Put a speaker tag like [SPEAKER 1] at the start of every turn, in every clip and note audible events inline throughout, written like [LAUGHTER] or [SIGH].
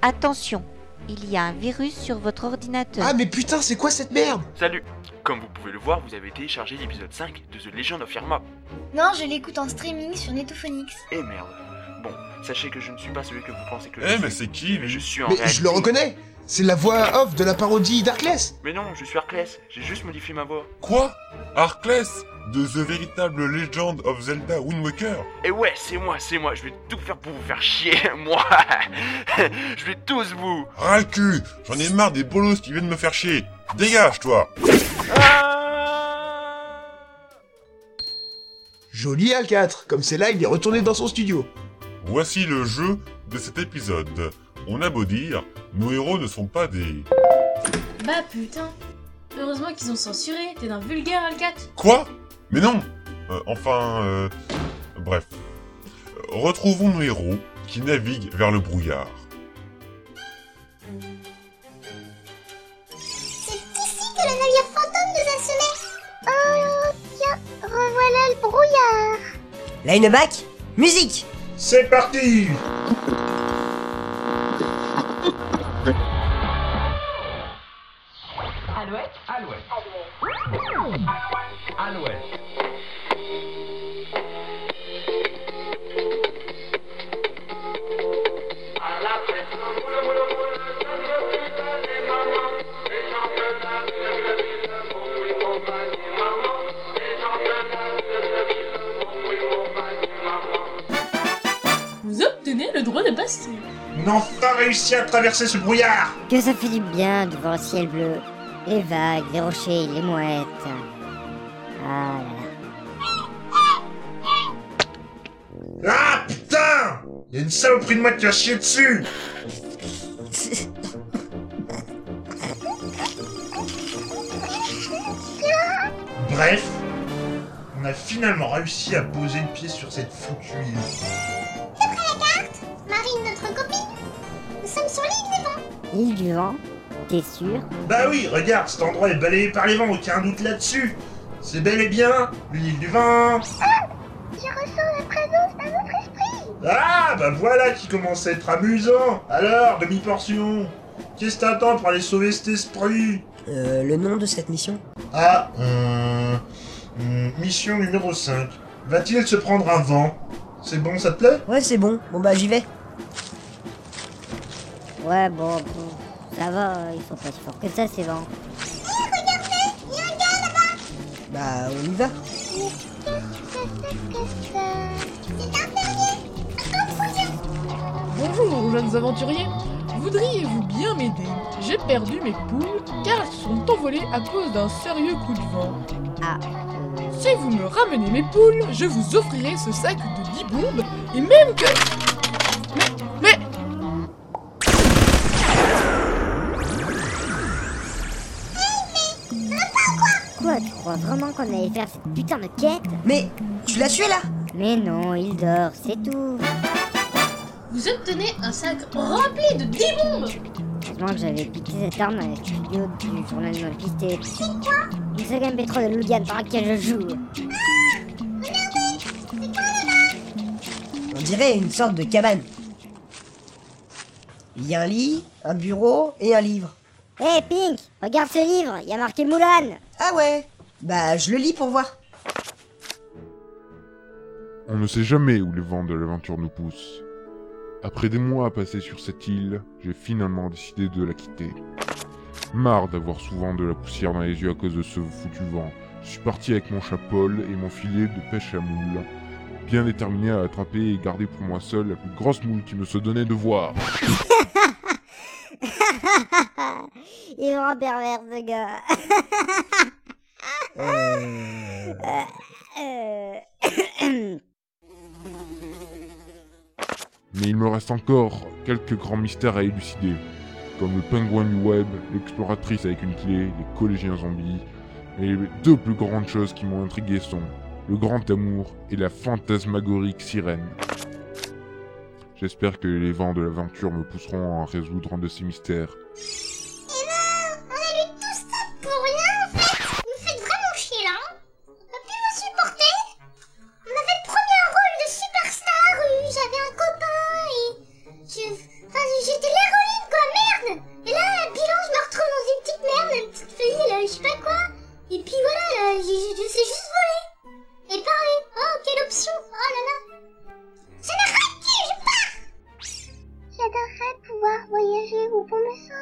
[SPEAKER 1] Attention, il y a un virus sur votre ordinateur.
[SPEAKER 2] Ah mais putain, c'est quoi cette merde
[SPEAKER 3] Salut Comme vous pouvez le voir, vous avez téléchargé l'épisode 5 de The Legend of Yerma.
[SPEAKER 4] Non, je l'écoute en streaming sur Netophonix.
[SPEAKER 3] Eh merde Bon, sachez que je ne suis pas celui que vous pensez que je
[SPEAKER 5] Eh,
[SPEAKER 3] suis.
[SPEAKER 5] mais c'est qui
[SPEAKER 3] mais
[SPEAKER 5] lui
[SPEAKER 3] je suis en
[SPEAKER 2] Mais
[SPEAKER 3] réalité-
[SPEAKER 2] je le reconnais C'est la voix off de la parodie Darkless
[SPEAKER 3] Mais non, je suis Arclès, j'ai juste modifié ma voix.
[SPEAKER 5] Quoi Arclès De The Véritable Legend of Zelda Wind Waker
[SPEAKER 3] Et Eh ouais, c'est moi, c'est moi, je vais tout faire pour vous faire chier, [LAUGHS] moi Je vais tous vous
[SPEAKER 5] Ras le cul J'en ai marre des bolos qui viennent me faire chier Dégage, toi
[SPEAKER 3] Ah
[SPEAKER 2] Joli Al4, comme c'est là, il est retourné dans son studio.
[SPEAKER 5] Voici le jeu de cet épisode. On a beau dire, nos héros ne sont pas des...
[SPEAKER 6] Bah putain Heureusement qu'ils ont censuré, t'es d'un vulgaire Alcat
[SPEAKER 5] Quoi Mais non Euh, Enfin, euh... Bref. Euh, Retrouvons nos héros qui naviguent vers le brouillard.
[SPEAKER 4] C'est ici que le navire fantôme nous a semés. Oh, tiens, revoilà le brouillard.
[SPEAKER 7] Lineback, musique
[SPEAKER 2] C'est parti
[SPEAKER 6] Vous obtenez le droit de passer.
[SPEAKER 2] N'enfin réussi à traverser ce brouillard
[SPEAKER 8] Ah, Que ça fait du bien devant le ciel bleu. Les vagues, les rochers, les mouettes. Ah là là.
[SPEAKER 2] Ah putain Il y a une saloperie de moi qui a chié dessus
[SPEAKER 9] Bref, on a finalement réussi à poser le pied sur cette foutue île.
[SPEAKER 4] Marine, notre copine. Nous sommes sur l'île des vents.
[SPEAKER 8] L'île du vent, t'es sûr
[SPEAKER 9] Bah oui, regarde, cet endroit est balayé par les vents, aucun doute là-dessus. C'est bel et bien l'île du vent.
[SPEAKER 4] Je ressens Ah, la présence d'un autre esprit.
[SPEAKER 9] Ah, bah voilà qui commence à être amusant. Alors, demi-portion. Qu'est-ce que t'attends pour aller sauver cet esprit
[SPEAKER 7] Euh, le nom de cette mission
[SPEAKER 9] Ah, euh, hum, mission numéro 5. Va-t-il se prendre un vent C'est bon, ça te plaît
[SPEAKER 7] Ouais, c'est bon. Bon bah j'y vais.
[SPEAKER 8] Ouais, bon, bon, ça va, ils sont pas si forts que ça, ces vents.
[SPEAKER 7] Bah on y va.
[SPEAKER 6] Bonjour jeunes aventuriers Voudriez-vous bien m'aider J'ai perdu mes poules car elles se sont envolées à cause d'un sérieux coup de vent.
[SPEAKER 8] Ah,
[SPEAKER 6] Si vous me ramenez mes poules, je vous offrirai ce sac de 10 bombes et même que... Mais... Mais...
[SPEAKER 8] Quoi, tu crois vraiment qu'on allait faire cette putain de quête
[SPEAKER 7] Mais tu l'as tué là
[SPEAKER 8] Mais non, il dort, c'est tout.
[SPEAKER 6] Vous obtenez un sac rempli de 10 bombes
[SPEAKER 8] Heureusement que j'avais piqué cette arme dans les studios du journal de pisté. C'est quoi Le second pétrole de Lugan par lequel je joue.
[SPEAKER 7] On dirait une sorte de cabane. Il y a un lit, un bureau et un livre.
[SPEAKER 8] Hé, Pink, regarde ce livre, il y a marqué Moulin
[SPEAKER 7] Ah ouais Bah je le lis pour voir.
[SPEAKER 10] On ne sait jamais où les vents de l'aventure nous poussent. Après des mois à passer sur cette île, j'ai finalement décidé de la quitter. Marre d'avoir souvent de la poussière dans les yeux à cause de ce foutu vent, je suis parti avec mon chapol et mon filet de pêche à moule, bien déterminé à attraper et garder pour moi seul la plus grosse moule qui me se donnait de voir.
[SPEAKER 8] Il est vraiment pervers, ce gars. Euh, euh,
[SPEAKER 10] Mais il me reste encore quelques grands mystères à élucider, comme le pingouin du web, l'exploratrice avec une clé, les collégiens zombies, et les deux plus grandes choses qui m'ont intrigué sont le grand amour et la fantasmagorique sirène. J'espère que les vents de l'aventure me pousseront à résoudre un de ces mystères.
[SPEAKER 4] On a lu tout ça pour rien en fait. Vous me faites vraiment chier là. hein. On peut plus vous supporter. On avait le premier rôle de superstar. euh, J'avais un copain et je, enfin, j'étais l'héroïne euh, Oh,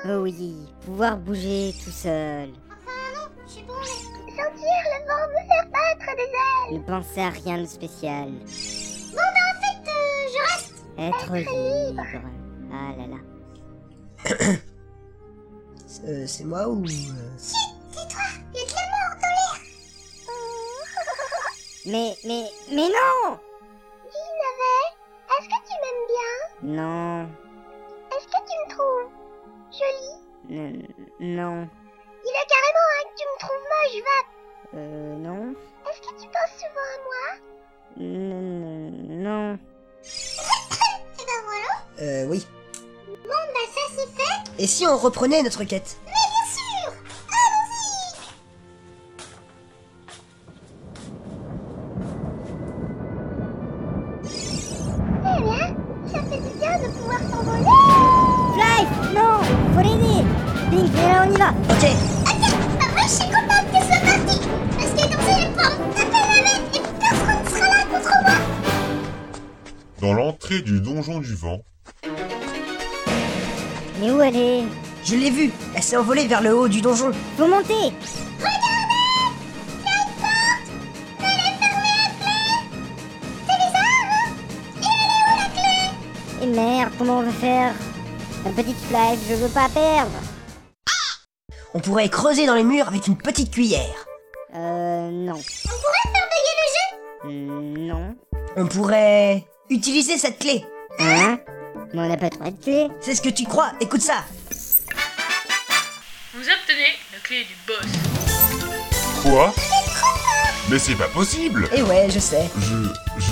[SPEAKER 8] Oh oui, pouvoir bouger tout seul.
[SPEAKER 4] Je suis bon, mais... Sentir le vent me faire battre des ailes
[SPEAKER 8] Ne penser à rien de spécial.
[SPEAKER 4] Bon, bah, en fait, euh, je reste
[SPEAKER 8] Être libre. Ah là là.
[SPEAKER 7] Euh, c'est moi ou... euh,
[SPEAKER 4] Il y a de l'amour dans l'air
[SPEAKER 8] Mais, mais, mais non
[SPEAKER 4] Dis, Navet, est-ce que tu m'aimes bien
[SPEAKER 8] Non,
[SPEAKER 4] Est-ce que tu me trouves jolie
[SPEAKER 8] n- non,
[SPEAKER 4] Il a carrément hein, que tu me trouves moche, va
[SPEAKER 8] euh, non,
[SPEAKER 4] Est-ce que tu penses souvent à moi
[SPEAKER 8] N- non.
[SPEAKER 4] Eh ben voilà
[SPEAKER 7] Euh, oui.
[SPEAKER 4] Bon, bah, ça, c'est fait
[SPEAKER 7] Et si on reprenait notre quête
[SPEAKER 4] Eh bien, ça fait du bien de pouvoir s'envoler
[SPEAKER 8] Fly Non Faut l'aider Pink, viens là, on y va
[SPEAKER 7] Ok,
[SPEAKER 4] Bah oui, je suis contente que ce soit parti Parce que comme ça, je vais pouvoir me taper la main et puis personne sera là contre moi
[SPEAKER 5] Dans l'entrée du donjon du vent,
[SPEAKER 8] Mais où elle est
[SPEAKER 7] je l'ai vue. Elle s'est envolée vers le haut du donjon.
[SPEAKER 8] Faut monter
[SPEAKER 4] hein
[SPEAKER 8] Et Eh merde, comment on va faire La petite Fly, je veux pas perdre
[SPEAKER 7] On pourrait creuser dans les murs avec une petite cuillère.
[SPEAKER 8] Euh, non.
[SPEAKER 4] On pourrait faire veiller le jeu
[SPEAKER 8] Mm, Non.
[SPEAKER 7] On pourrait... Utiliser cette clé.
[SPEAKER 8] Hein Mais on n'a pas trop de clés.
[SPEAKER 7] C'est ce que tu crois, écoute ça.
[SPEAKER 6] Vous obtenez la clé du boss.
[SPEAKER 5] Quoi Mais c'est pas possible
[SPEAKER 7] Et Eh ouais, je sais.
[SPEAKER 5] Je... je...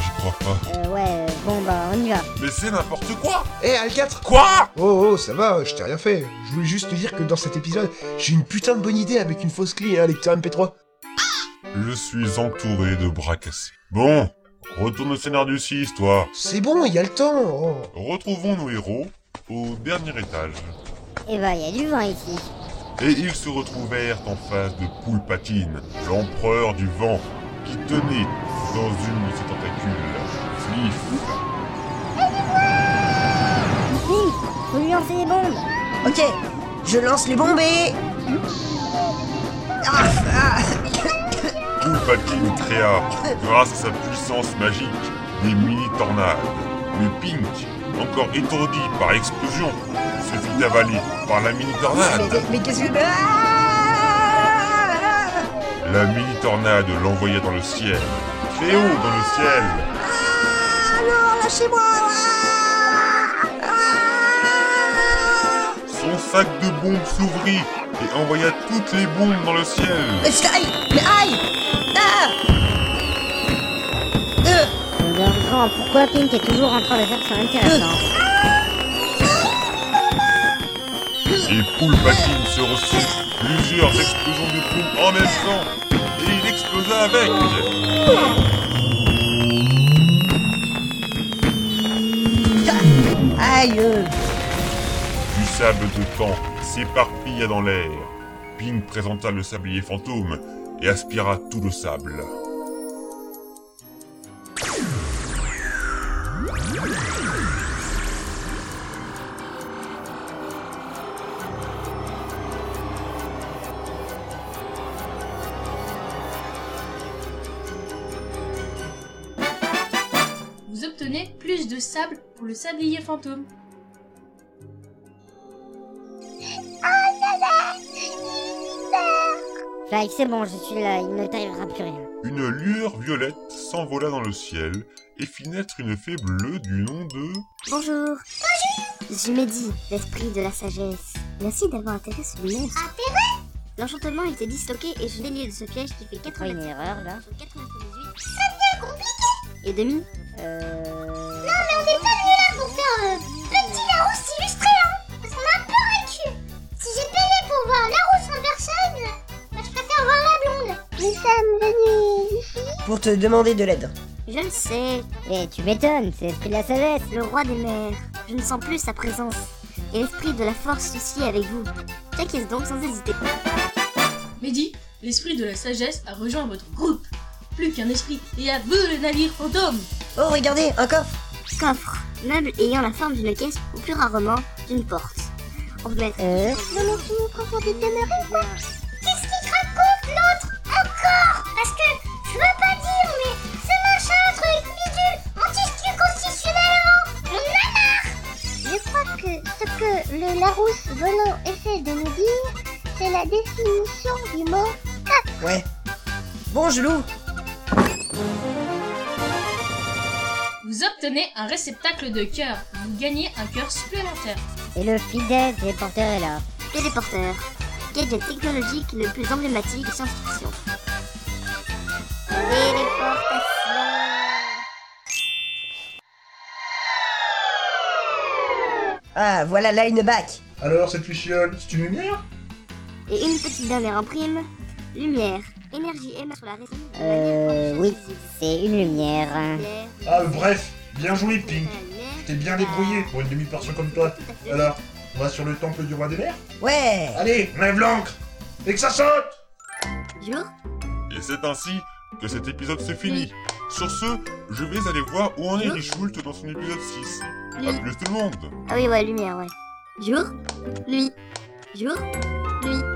[SPEAKER 5] J'y crois pas.
[SPEAKER 8] Euh, ouais, euh, bon bah, on y va.
[SPEAKER 5] Mais c'est n'importe quoi
[SPEAKER 9] Eh, Al4
[SPEAKER 5] Quoi
[SPEAKER 9] Oh, oh, ça va, je t'ai rien fait. Je voulais juste te dire que dans cet épisode, j'ai une putain de bonne idée avec une fausse clé, hein, lecteur MP3.
[SPEAKER 5] Je suis entouré de bras cassés. Bon, retourne au scénario du 6, toi.
[SPEAKER 9] C'est bon, il y a le temps. oh.
[SPEAKER 5] Retrouvons nos héros au dernier étage.
[SPEAKER 8] Et bah, il y a du vent ici.
[SPEAKER 5] Et ils se retrouvèrent en face de Poulpatine, l'empereur du vent, qui tenait dans une de ses tentacules Flif.
[SPEAKER 8] Pink, faut lui lancer des bombes
[SPEAKER 7] Ok, je lance les bombes et... Ah, ah,
[SPEAKER 5] Poulpatine créa, grâce à sa puissance magique, des mini-tornades. Mais Pink, encore étourdi par l'explosion, se fit avaler par la
[SPEAKER 7] mais,
[SPEAKER 5] mini-tornade.
[SPEAKER 7] mais qu'est-ce que... Ah
[SPEAKER 5] La mini-tornade l'envoya dans le ciel. Très haut dans le ciel.
[SPEAKER 7] Ah non, lâchez-moi Ah Ah
[SPEAKER 5] Son sac de bombes s'ouvrit et envoya toutes les bombes dans le ciel.
[SPEAKER 7] Mais c'est- aïe Mais aïe Ah Euh,
[SPEAKER 8] On comprend pourquoi Pink est toujours en train de faire ça intéressant.
[SPEAKER 5] Et Poulpatine se reçut plusieurs explosions de plumes en même temps. Et il explosa avec.
[SPEAKER 7] Aïe euh.
[SPEAKER 5] Du sable de temps s'éparpilla dans l'air. Ping présenta le sablier fantôme et aspira tout le sable.
[SPEAKER 11] Vous obtenez plus de sable pour le sablier fantôme.
[SPEAKER 8] Fly, c'est bon, je suis là, il ne t'arrivera plus rien.
[SPEAKER 5] Une lueur violette s'envola dans le ciel et fit naître une fée bleue du nom de...
[SPEAKER 8] Bonjour
[SPEAKER 4] Je me dis, l'esprit de la sagesse. Merci d'avoir atterri ce monstre. Atterré L'enchantement était disloqué et je délié de ce piège qui fait
[SPEAKER 8] Pas une erreur là
[SPEAKER 4] 98.
[SPEAKER 8] Et demi Euh.
[SPEAKER 4] Pour faire euh, petit Larousse illustré, hein Parce qu'on a un peu ras le cul. Si j'ai payé pour voir Larousse en personne, moi je préfère voir la blonde. Nous sommes venus ici.
[SPEAKER 7] Pour te demander de l'aide.
[SPEAKER 4] Je le sais,
[SPEAKER 8] Eh, tu m'étonnes, c'est l'esprit de la sagesse
[SPEAKER 4] le roi des mers. Je ne sens plus sa présence. Et l'esprit de la force ici avec vous. J'acquiesce donc sans hésiter.
[SPEAKER 11] Mehdi, l'esprit de la sagesse a rejoint votre groupe. Plus qu'un esprit, et à vous le navire fantôme
[SPEAKER 7] Oh, regardez, un coffre
[SPEAKER 4] Coffre, meuble ayant la forme d'une caisse ou plus rarement d'une porte. Anglaise.
[SPEAKER 8] Euh
[SPEAKER 4] Non, non, tu nous prends pour des demeurés ou quoi Qu'est-ce qu'il te raconte l'autre Encore Parce que je veux pas dire, mais ce machin, truc, bidule, anti-constitutionnel avant, on en a marre Je crois que ce que le Larousse volant essaie de nous dire, c'est la définition du mot
[SPEAKER 7] Ouais. Bon, je loue.
[SPEAKER 11] Vous obtenez un réceptacle de cœur. Vous gagnez un cœur supplémentaire.
[SPEAKER 8] Et le fidèle téléporteur est là.
[SPEAKER 4] téléporteur. Gadget technologique le plus emblématique de science-fiction. Téléportation
[SPEAKER 7] Ah, voilà Lineback.
[SPEAKER 9] Alors, cette luciole, c'est une lumière
[SPEAKER 4] Et une petite dernière en prime. Lumière. Énergie émane sur la résine.
[SPEAKER 8] Euh oui, c'est une lumière.
[SPEAKER 4] Lumière.
[SPEAKER 9] Ah, bref, bien joué, Pink. Tu t'es bien débrouillé pour une demi-portion comme toi. Alors, on va sur le temple du roi des mers
[SPEAKER 7] Ouais.
[SPEAKER 9] Allez, on lève l'ancre Et que ça saute
[SPEAKER 4] Euh, Jour
[SPEAKER 5] Et c'est ainsi que cet épisode se finit. Sur ce, je vais aller voir où en est Richoult dans son épisode 6. A plus tout le monde
[SPEAKER 4] Ah oui, ouais, lumière, ouais. Jour. Nuit. Jour. Nuit.